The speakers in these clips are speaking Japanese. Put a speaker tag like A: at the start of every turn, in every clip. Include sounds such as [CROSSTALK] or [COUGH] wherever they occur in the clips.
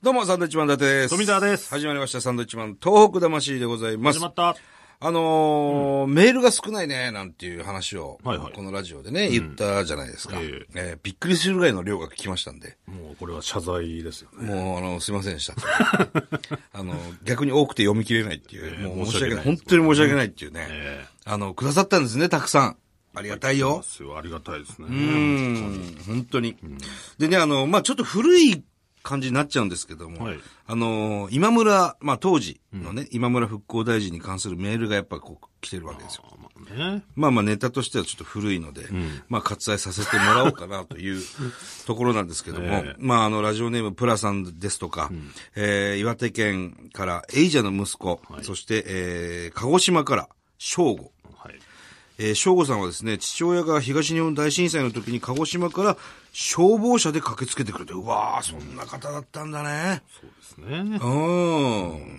A: どうも、サンドウィッチマン伊達です。
B: 富澤です
A: 始まりました、サンドウィッチマン、東北魂でございます
B: 始ま。った。
A: あのーメールが少ないね、なんていう話を、
B: はいはい
A: このラジオでね、言ったじゃないですか。
B: え
A: え
B: え
A: ーびっくりするぐらいの量が来ましたんで、
B: もうこれは謝罪ですよね。
A: もう、あの、すいませんでした。
B: [LAUGHS]
A: あの、逆に多くて読み切れないっていう、
B: ええ
A: もう申し訳ない。
B: 申
A: 本
B: し
A: 当
B: 訳ない
A: に申し訳ないっていうね、
B: え
A: あの、くださったんですね、たくさん。ありがたいよ。
B: ですよ。ありがたいですね。
A: うん、本当に。でね、あの、まあ、ちょっと古い感じになっちゃうんですけども、
B: はい
A: あの、今村、まあ、当時のね、今村復興大臣に関するメールがやっぱこう来てるわけですよ。
B: あまあね。
A: まあまあネタとしてはちょっと古いので、まあ割愛させてもらおうかなというところなんですけども、
B: [LAUGHS] ええ
A: まああのラジオネームプラさんですとか、えー岩手県からエイジャの息子、そして、えー鹿児島から正吾、
B: はい。
A: えー、翔吾さんはですね、父親が東日本大震災の時に鹿児島から消防車で駆けつけてくれて、うわー、そんな方だったんだね。
B: そうですね
A: う。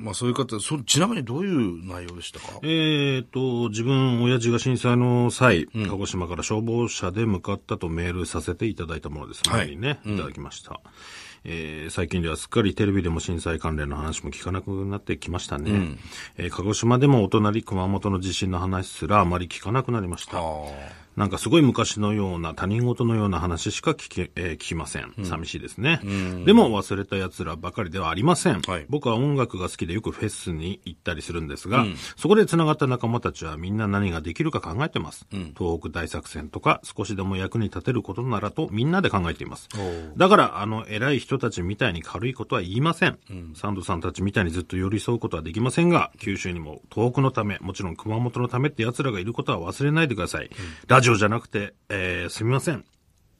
A: ん。まあそういう方、そちなみにどういう内容でしたか
B: えーと、自分、親父が震災の際、鹿児島から消防車で向かったとメールさせていただいたものです。
A: はい
B: 前にね、いただきました。えー最近ではすっかりテレビでも震災関連の話も聞かなくなってきましたね。えー鹿児島でもお隣熊本の地震の話すらあまり聞かなくなりました。なんかすごい昔のような他人事のような話しか聞け、えー聞きません。寂しいですね。でも忘れた奴らばかりではありません、
A: はい
B: 僕は音楽が好きでよくフェスに行ったりするんですが、そこで繋がった仲間たちはみんな何ができるか考えてます、東北大作戦とか少しでも役に立てることならとみんなで考えています。だからあの偉い人たちみたいに軽いことは言いません。サンドさんたちみたいにずっと寄り添うことはできませんが、九州にも東北のため、もちろん熊本のためって奴らがいることは忘れないでください。ラジオじゃなくて、えーすみません。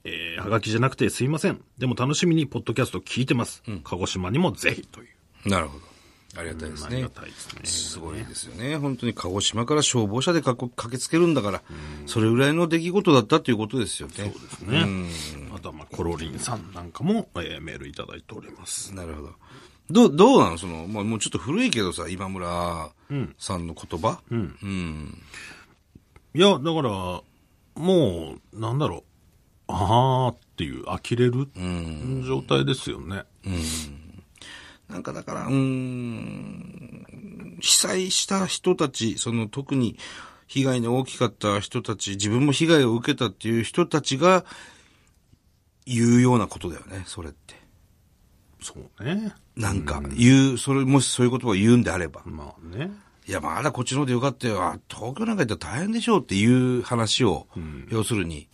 B: えーはがきじゃなくてすいません。でも楽しみにポッドキャスト聞いてます。鹿児島にもぜひという。
A: なるほど。ありがたいです
B: あ
A: ね。
B: りがたいですね。
A: すごいですよね。本当に鹿児島から消防車でかこ駆けつけるんだから、それぐらいの出来事だったということですよね。
B: ね。あとは、まあ、コロリンさんなんかも、えーメールいただいております。
A: なるほど。どう、どうなのその、まあ、もうちょっと古いけどさ、今村さんの言葉、
B: いや、だから、もう、なんだろう。あーっていう、呆れる状態ですよね。
A: なんかだから、うーん、被災した人たち、その特に被害の大きかった人たち、自分も被害を受けたっていう人たちが言うようなことだよね、それって。
B: そうね。
A: なんか、言う、それ、もしそういう言葉を言うんであれば。
B: まあね。
A: いや、まだこっちの方でよかったよ。あ東京なんか行ったら大変でしょうっていう話を、要するに、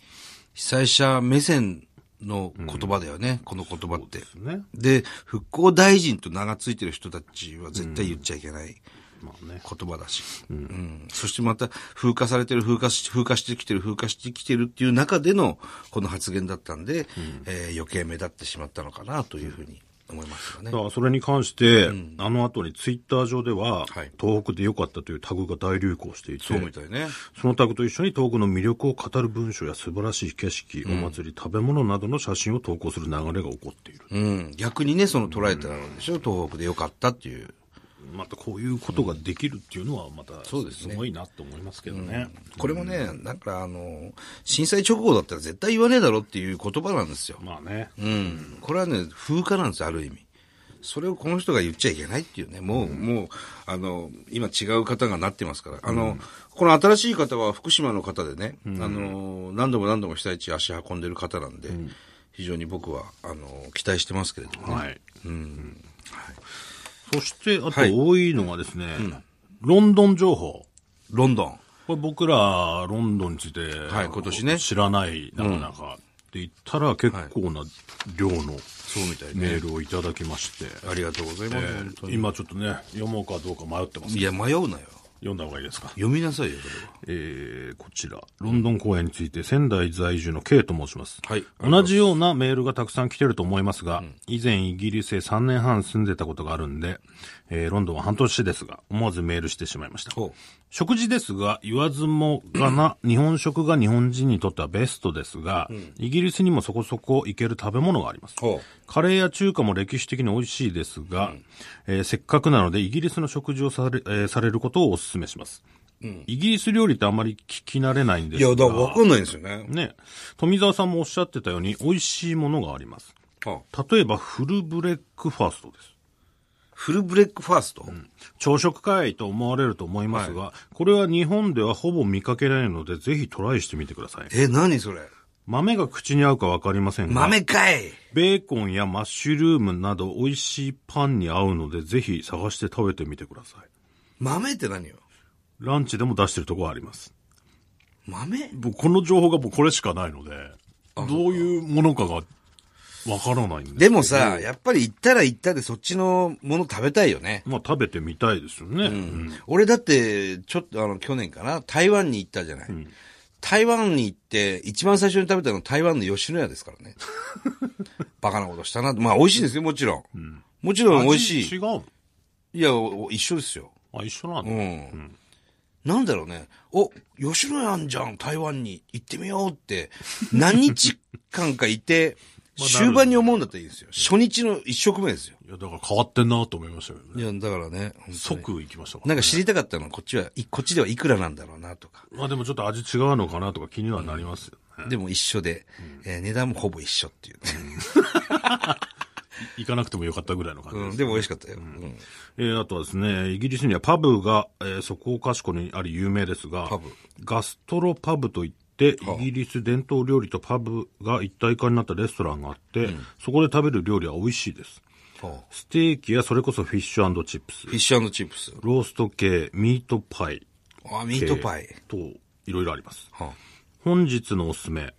A: 被災者目線の言葉だよね、この言葉って。
B: ね。
A: で、復興大臣と名が付いてる人たちは絶対言っちゃいけない
B: まあね。
A: 言葉だし。うんそしてまた、風化されてる、風化し、風化してきてる、風化してきてるっていう中での、この発言だったんで、えー余計目立ってしまったのかなというふうに思いますよね。
B: だからそれに関して、あの後にツイッター上では、
A: はい
B: 東北で良かったというタグが大流行していて、
A: そうみたいね。
B: そのタグと一緒に東北の魅力を語る文章や素晴らしい景色、お祭り、食べ物などの写真を投稿する流れが起こっている。
A: うん。逆にね、その捉えたんでしょ、東北でよかったっていう。
B: またこういうことができるっていうのはまた
A: そうです
B: す
A: ね
B: ごいなって思いますけどね。
A: これもね、なんかあの、震災直後だったら絶対言わねえだろっていう言葉なんですよ。
B: まあね。
A: うん。これはね、風化なんですよ、ある意味。それをこの人が言っちゃいけないっていうね、もう、もう、あの、今違う方がなってますから、あの、この新しい方は福島の方でね、あの、何度も何度も被災地足運んでる方なんで、非常に僕は、あの、期待してますけれどもね。
B: はい。そして、あと多いのがですね、
A: ん
B: ロンドン情報。
A: ロンドン。
B: これ僕ら、ロンドンについて、
A: はい今年ね
B: 知らない、なかなか。って言ったら結構な量の
A: そうみたいね。
B: メールをいただきまして、
A: ありがとうございます。本当に
B: 今ちょっとね、読もうかどうか迷ってます
A: い。や、迷うなよ。
B: 読んだ方がいいですか
A: 読みなさいよ、それは。
B: えーこちら、ロンドン公演について仙台在住の K と申します。
A: はい
B: 同じようなメールがたくさん来てると思いますが、以前イギリスへ3年半住んでたことがあるんで、えーロンドンは半年ですが、思わずメールしてしまいました。
A: ほ
B: 食事ですが、言わずも
A: [COUGHS]
B: がな、日本食が日本人にとってはベストですが、イギリスにもそこそこ行ける食べ物があります。
A: ほ
B: カレーや中華も歴史的に美味しいですが、えーせっかくなのでイギリスの食事をされ,、えーされることをお勧めします。イギリス料理ってあんまり聞き慣れないんで
A: い
B: すが
A: や、だから分かんないんですよね。
B: ね、富澤さんもおっしゃってたように美味しいものがあります。
A: は
B: 例えばフルブレックファーストです。
A: フルブレックファースト、
B: 朝食会と思われると思いますが、これは日本ではほぼ見かけないので、ぜひトライしてみてください。
A: え、何それ
B: 豆が口に合うかわかりませんが、
A: 豆かい
B: ベーコンやマッシュルームなど美味しいパンに合うので、ぜひ探して食べてみてください。
A: 豆って何よ
B: ランチでも出してるとこはあります。
A: 豆
B: 僕この情報がもうこれしかないので、どういうものかがわからないんです。
A: でもさ、やっぱり行ったら行ったでそっちのもの食べたいよね。
B: まあ食べてみたいですよね。うん
A: 俺だって、ちょっとあの、去年かな、台湾に行ったじゃない。台湾に行って、一番最初に食べたのは台湾の吉野家ですからね。バカなことしたな。まあ、美味しいですよ、もちろん。もちろん美味し
B: 味
A: い。
B: 違う
A: いや、お一緒ですよ。
B: あ、一緒なんだ。
A: うん。なんだろうね。お、吉野家あんじゃん、台湾に。行ってみようって、 [LAUGHS] 何日間かいて、
B: まあ
A: 終盤に思うんだったらいいですよ。初日の一食目ですよ。
B: いや、だから変わってんなと思いましたけど
A: い
B: ね。
A: や、だからね。本当に
B: 即行きましたから
A: なんか知りたかったのは、こっちは、いこっちではいくらなんだろうな、とか。
B: まあでもちょっと味違うのかなとか気にはなりますよね。
A: でも一緒で、えー値段もほぼ一緒っていうね。
B: 行かなくてもよかったぐらいの感じです。
A: うん、でも美味しかったよ。うん
B: えー、あとはですね、イギリスにはパブが、えーそこかしこにあり有名ですが、
A: パブ
B: ガストロパブといって、イギリス伝統料理とパブが一体化になったレストランがあって、そこで食べる料理は美味しいです。ステーキやそれこそフィッシュチップス
A: フィ、ッシュチップス。
B: ロースト系、ミートパイ
A: あ、ミートパイ。
B: といろいろあります。
A: は
B: 本日のおすすめ、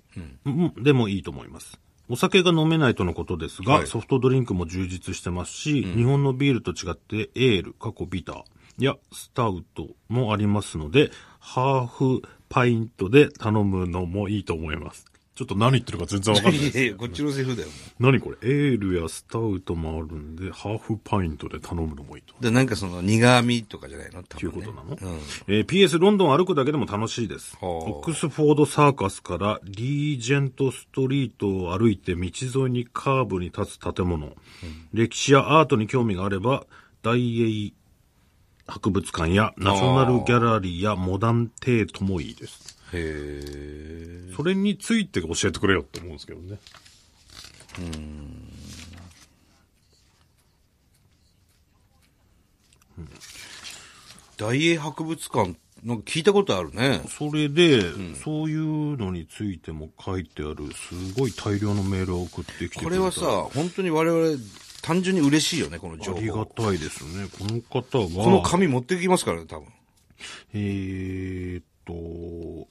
B: うんでもいいと思います。お酒が飲めないとのことですが、
A: はい
B: ソフトドリンクも充実してますし、日本のビールと違ってエール、過去ビターやスタウトもありますので、ハーフパイントで頼むのもいいと思います。ちょっと何言ってるか全然わ
A: あいやいや、こっちのセリフだよ。も
B: [LAUGHS] 何これエールやスタウトもあるんで、ハーフパイントで頼むのもいいと。
A: うで、なんかその苦味とかじゃないの多
B: という
A: 分、
B: こ
A: ね。
B: となの、
A: うん。
B: えー PS ロンドンを歩くだけでも楽しいです。
A: あ
B: オックスフォードサーカスからリージェントストリートを歩いて道沿いにカーブに立つ建物、歴史やアートに興味があれば、大英博物館やナショナルギャラリーやモダンテートもいいです。
A: へえ。
B: それについて教えてくれよって思うんですけどね。
A: 大英博物館、なんか聞いたことあるね。
B: それで、そういうのについても書いてある、すごい大量のメールを送ってきてくれた
A: これはさ、本当に我々、単純に嬉しいよね、この情
B: ありが
A: 報。
B: たいですね。この方が、
A: この紙持ってきますからね、多分。
B: えーっと、お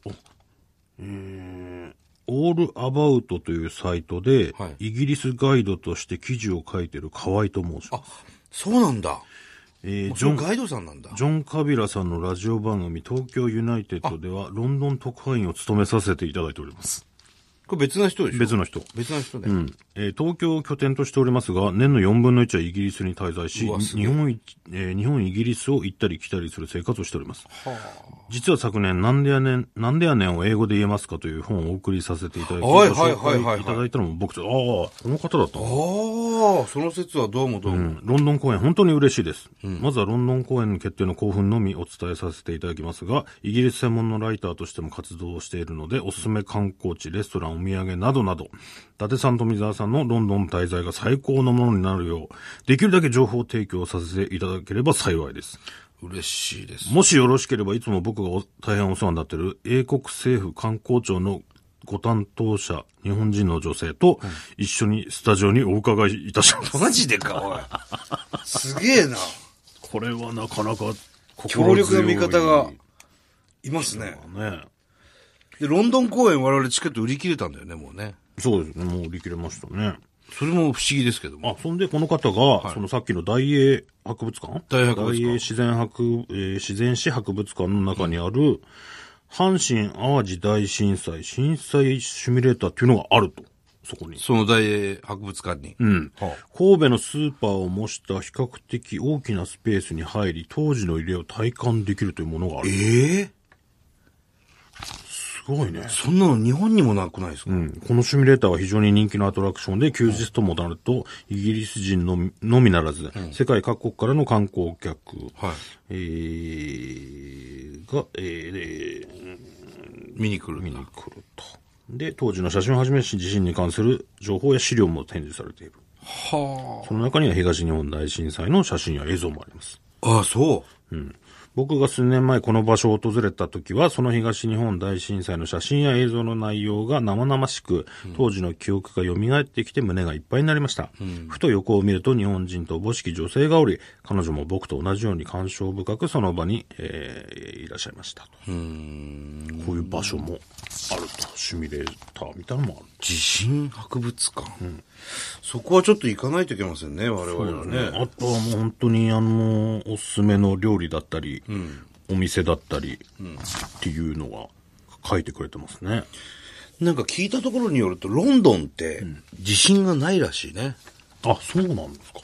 B: えー、オールアバウトというサイトで、
A: はい
B: イギリスガイドとして記事を書いてる河合と申します。
A: そうなんだ。
B: えージ
A: そ
B: ョ
A: の
B: ン、
A: ガイドさんなんだ。
B: ジョン・カビラさんのラジオ番組、東京ユナイテッドでは、ロンドン特派員を務めさせていただいております。
A: これ別な人でしょ
B: 別の人。
A: 別な人で。
B: うんえー東京を拠点としておりますが、年の4分の1はイギリスに滞在し、
A: うわすげ
B: 日
A: え
B: 本一、えー日本、イギリスを行ったり来たりする生活をしております。実は昨年、なんでやねん、なんでやねんを英語で言えますかという本をお送りさせていただき、
A: はい
B: ご紹介
A: はいはいはいはい
B: いただいたのも僕と、ああ、この方だったの
A: ああ、その説はどうもどうも。
B: うんロンドン公演、本当に嬉しいです。まずはロンドン公演の決定の興奮のみお伝えさせていただきますが、イギリス専門のライターとしても活動をしているので、おすすめ観光地、レストラン、お土産などなど、伊達さんと水沢さんのロンドン滞在が最高のものになるよう、できるだけ情報提供させていただければ幸いです。
A: 嬉しいです。
B: もしよろしければ、いつも僕がお大変お世話になっている英国政府観光庁のご担当者、日本人の女性と一緒にスタジオにお伺いいた
A: [LAUGHS]
B: します。
A: マジでか、おい。すげえな。
B: これはなかなか
A: 強
B: 心強い
A: 力な味方がいますね。
B: ね。
A: で、ロンドン公演我々チケット売り切れたんだよね、もうね。
B: そうですね。もう売り切れましたね。
A: それも不思議ですけども。
B: あ、そんでこの方が、そのさっきの大英博物館
A: 大英博物館
B: 大英自然博、えー自然史博物館の中にある、阪神淡路大震災震災シミュレーターっていうのがあると。そこに。
A: その大英博物館に。
B: うん
A: は
B: 神戸のスーパーを模した比較的大きなスペースに入り、当時の入れを体感できるというものがある。
A: ええ
B: すごいね。
A: そんなの日本にもなくないですか、
B: うん、このシミュレーターは非常に人気のアトラクションで、休日ともなると、イギリス人のみのみならず、世界各国からの観光客、
A: はい。
B: えーが、えーえー
A: 見に来る
B: 見
A: ん
B: に
A: だ。
B: 来ると。で、当時の写真をはじめ地震に関する情報や資料も展示されている。
A: は
B: その中には東日本大震災の写真や映像もあります。
A: あ。ああ、そう。
B: うん僕が数年前この場所を訪れた時は、その東日本大震災の写真や映像の内容が生々しく、当時の記憶が蘇ってきて胸がいっぱいになりました。ふと横を見ると日本人とおぼしき女性がおり、彼女も僕と同じように感傷深くその場に、えーいらっしゃいましたと。こういう場所もあると。シミュレーターみたいなのもある。
A: 地震博物館、そこはちょっと行かないといけませんね、我々はね。
B: あとはもう本当にあの、おすすめの料理だったり、お店だったり、っていうのが書いてくれてますね。
A: なんか聞いたところによると、ロンドンって地震がないらしいね。
B: あ、そうなんですか。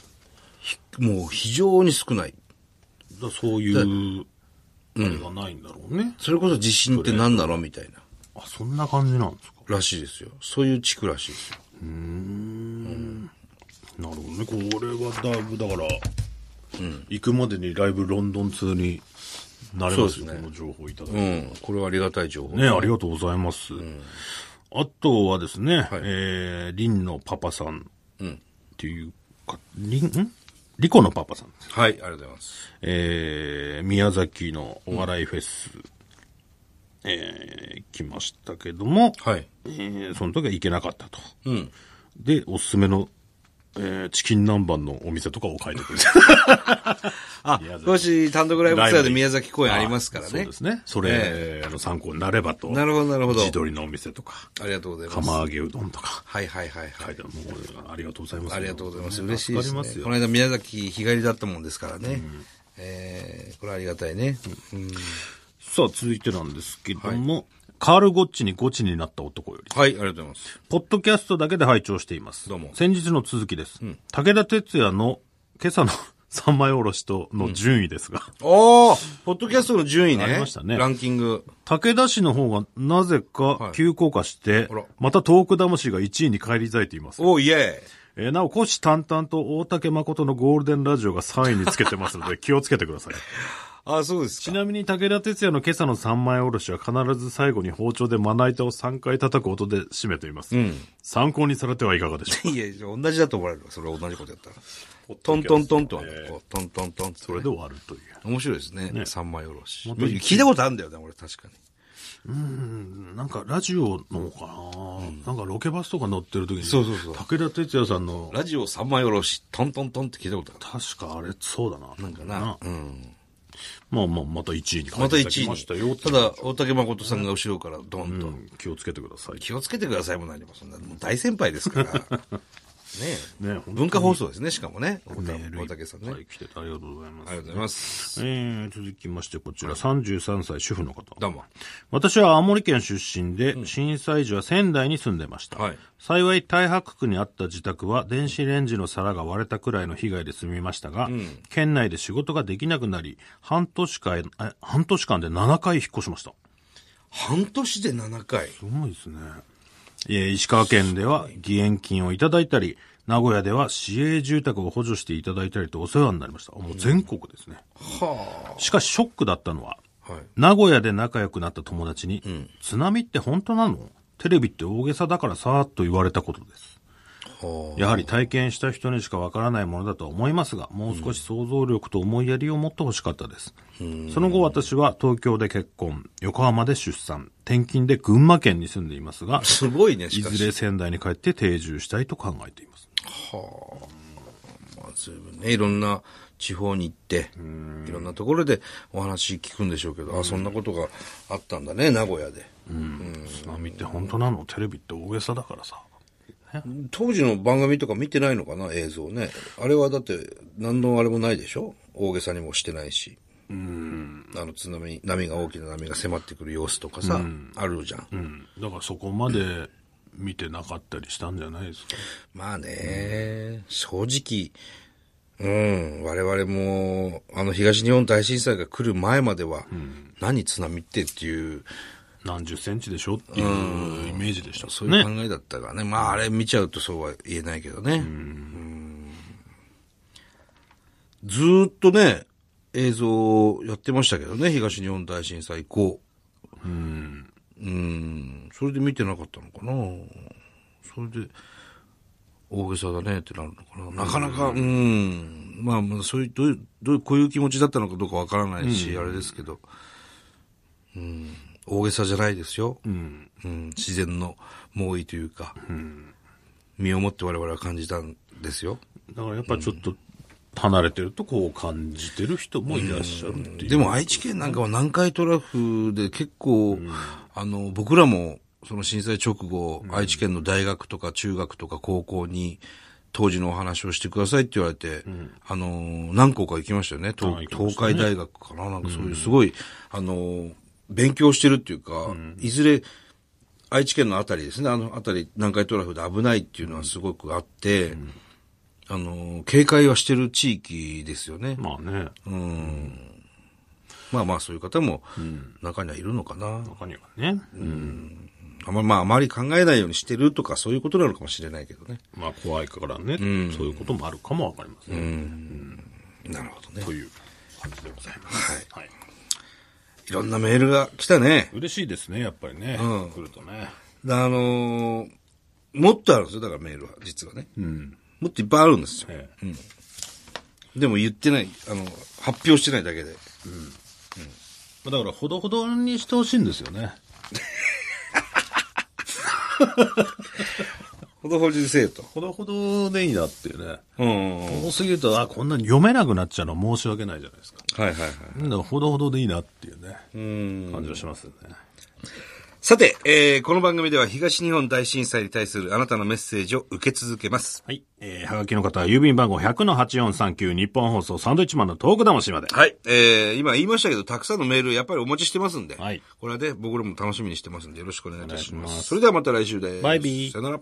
A: もう非常に少ない。
B: だそういう、あれがないんだろうね。
A: それこそ地震って何なのみたいな。
B: あ、そんな感じなんですから
A: しいですよ。そういう地区らしいですよ。。
B: なるほどね。これはだいぶ、だから、行くまでにライブロンドン通になれます
A: そう
B: よ、
A: ですね
B: ね、この情報いただいて。
A: うん。これはありがたい情報。
B: ね、ありがとうございます。あとはですね、えー、リンのパパさんっていうか、リン、んリコのパパさんです。
A: はい、ありがとうございます。
B: えー、宮崎のお笑いフェス、えー、来ましたけども、
A: はい。
B: えー、その時は行けなかったと。
A: うん。
B: で、おすすめの、えー、チキン南蛮のお店とかを書いてくれて。
A: あ、少し単独ライブツアーで宮崎公 [LAUGHS] 演ありますから
B: そう
A: ね
B: で。すね。それ、あの参考になればと。
A: なるほど、なるほど。
B: 地鶏のお店とか、
A: ありがとうございます。
B: 釜揚げうどんとか。
A: はいはいはいは
B: 書い
A: い。
B: てあるもうありがとうございます。
A: ありがとうございます。嬉しい
B: わ
A: です
B: かり
A: ね
B: ます。よ
A: この。間宮崎日帰りだったもんですからね。えー、これありがたいね。うん
B: さあ、続いてなんですけども、カール・ゴッチにゴチになった男より、
A: はい、ありがとうございます。
B: ポッドキャストだけで拝聴しています。
A: どうも
B: 先日の続きです。武田鉄矢の今朝の [LAUGHS] 三枚おろしとの順位ですが、
A: おーポッドキャストの順位ね。
B: ありましたね
A: ランキング。
B: 武田氏の方がなぜか
A: い
B: 急降下して、
A: あら
B: また東北魂が1位に返り咲いています。
A: おー、イエ
B: えーなお、虎視眈々と大竹誠のゴールデンラジオが3位につけてま
A: [LAUGHS]
B: すので気をつけてください。
A: ーイ。あ、そうです
B: ち
A: か。
B: なみに武田鉄矢の今朝の三枚おろしは必ず最後に包丁でまな板を3回叩く音で締めています。参考にされてはいかがでしょうか [LAUGHS]
A: いや、同じだと思われるわそれは同じことやったら。トントントンとはね、こうトントントンそ
B: これで終わるという。
A: 面白いですね。三枚おろし。聞いたことあるんだよね、俺確かに。
B: なんかラジオのかな、なんかロケバスとか乗ってる時に、
A: そうそうそう
B: 武田鉄矢さんの、
A: ラジオ三枚おろし、トントントンって聞いたことある。
B: 確かあれ、そうだな。なん
A: かな。うん。
B: まあまあ、また1位に
A: また
B: てい
A: 1
B: き
A: 位
B: ま
A: に。
B: したよ。
A: ただ、大竹誠さんが後ろからドンと。
B: うん気をつけてください。
A: 気をつけてくださいも何も、そんな、もう大先輩です
B: [LAUGHS]
A: から。ねえ
B: ね本当に
A: 文化放送ですね、しかもね。大
B: メ
A: 竹
B: ールい
A: 大
B: っぱ
A: 竹さんね。あ
B: い来ててありがとうございます。
A: りがとうございます。
B: えー、続きまして、こちら、33歳主婦の方。
A: どうも。
B: 私は青森県出身で、震災時は仙台に住んでました。
A: はい
B: 幸い、太白区にあった自宅は、電子レンジの皿が割れたくらいの被害で済みましたが、県内で仕事ができなくなり、半年間、え半年間で7回引っ越しました。
A: 半年で7回。
B: すごいですね。えー石川県では義援金をいただいたり、名古屋では市営住宅を補助していただいたりとお世話になりました。もう全国ですね。
A: は
B: しかし、ショックだったのは、
A: あ。はい。
B: 名古屋で仲良くなった友達に、津波って本当なのテレビって大げさだからさーっと言われたことです。
A: は
B: やはり体験した人にしかわからないものだとは思いますが、もう少し想像力と思いやりを持ってほしかったです。その後私は東京で結婚、横浜で出産、転勤で群馬県に住んでいますが
A: あ。、すごいね、
B: い
A: しかし。
B: ずれ仙台に帰って定住したいと考えています。
A: まあ随分ね、いろんな地方に行って、いろんなところでお話聞くんでしょうけど、あ、そんなことがあったんだね、名古屋で。
B: 津波って本当なのテレビって大げさだからさ。
A: 当時の番組とか見てないのかな、映像ね。あれはだって、何のあれもないでしょ大げさにもしてないし。あの津波、波が大きな波が迫ってくる様子とかさ、あるじゃん。
B: うん。だからそこまで見てなかったりしたんじゃないですか。
A: まあね、正直、うん、我々も、あの東日本大震災が来る前までは、何津波ってっていう、
B: 何十センチでしょっていうイメージでした
A: そういう考えだったからね。まあ、あれ見ちゃうとそうは言えないけどね。うんずーっとね、映像をやってましたけどね、東日本大震災以降。うん、それで見てなかったのかな。それで、大げさだねってなるのかな。なかなか、うん、まあまあ、そういう、どういう、どういう、こういう気持ちだったのかどうかわからないし、あれですけど、うん、大げさじゃないですよ。
B: うん。
A: うん、自然の猛威というか、身をもって我々は感じたんですよ。
B: だからやっぱちょっと離れてるとこう感じてる人もいらっしゃるっていう。
A: でも愛知県なんかは南海トラフで結構、あの、僕らもその震災直後、愛知県の大学とか中学とか高校に当時のお話をしてくださいって言われて、あの、何校か行きましたよね。東
B: はい行きま
A: 東
B: したね
A: 海大学かななんかそういうすごい、あの、勉強してるっていうか、いずれ、愛知県のあたりですね、あのあたり、南海トラフで危ないっていうのはすごくあって、あの、警戒はしてる地域ですよね。
B: まあね、
A: うんまあまあそういう方も中にはいるのかな。
B: 中にはね。
A: あんままああまり考えないようにしてるとかそういうことなのかもしれないけどね。
B: まあ怖いからね、そういうこともあるかもわかりますね。
A: なるほどね。
B: という感じでございます。はい。
A: いろんなメールが来たね。
B: 嬉しいですね、やっぱりね。
A: うん
B: 来るとね。
A: あのーもっとあるんですよ、だからメールは、実はね。
B: うん。
A: もっといっぱいあるんですよ。
B: ええ
A: でも言ってない、あの、発表してないだけで。
B: まあだから、ほどほどにしてほしいんですよね。
A: ほどほどにせえと。
B: ほどほどでいいなっていうね。
A: うん。はい
B: 多すぎると、あ、こんなに読めなくなっちゃうのは申し訳ないじゃないですか。
A: はいはい。
B: なんだほどほどでいいなっていうね、
A: うん。
B: 感じがしますよね。
A: さて、えーこの番組では東日本大震災に対するあなたのメッセージを受け続けます。
B: はい。えー、はがきの方は郵便番号100-8439日本放送サンドイッチマンのトーク魂まで。
A: はい。えー、今言いましたけど、たくさんのメール、やっぱりお持ちしてますんで。
B: はい
A: これはね、僕らも楽しみにしてますんで、よろしくお願いいたします。
B: お願いします
A: それではまた来週です。
B: バイビー
A: さよなら。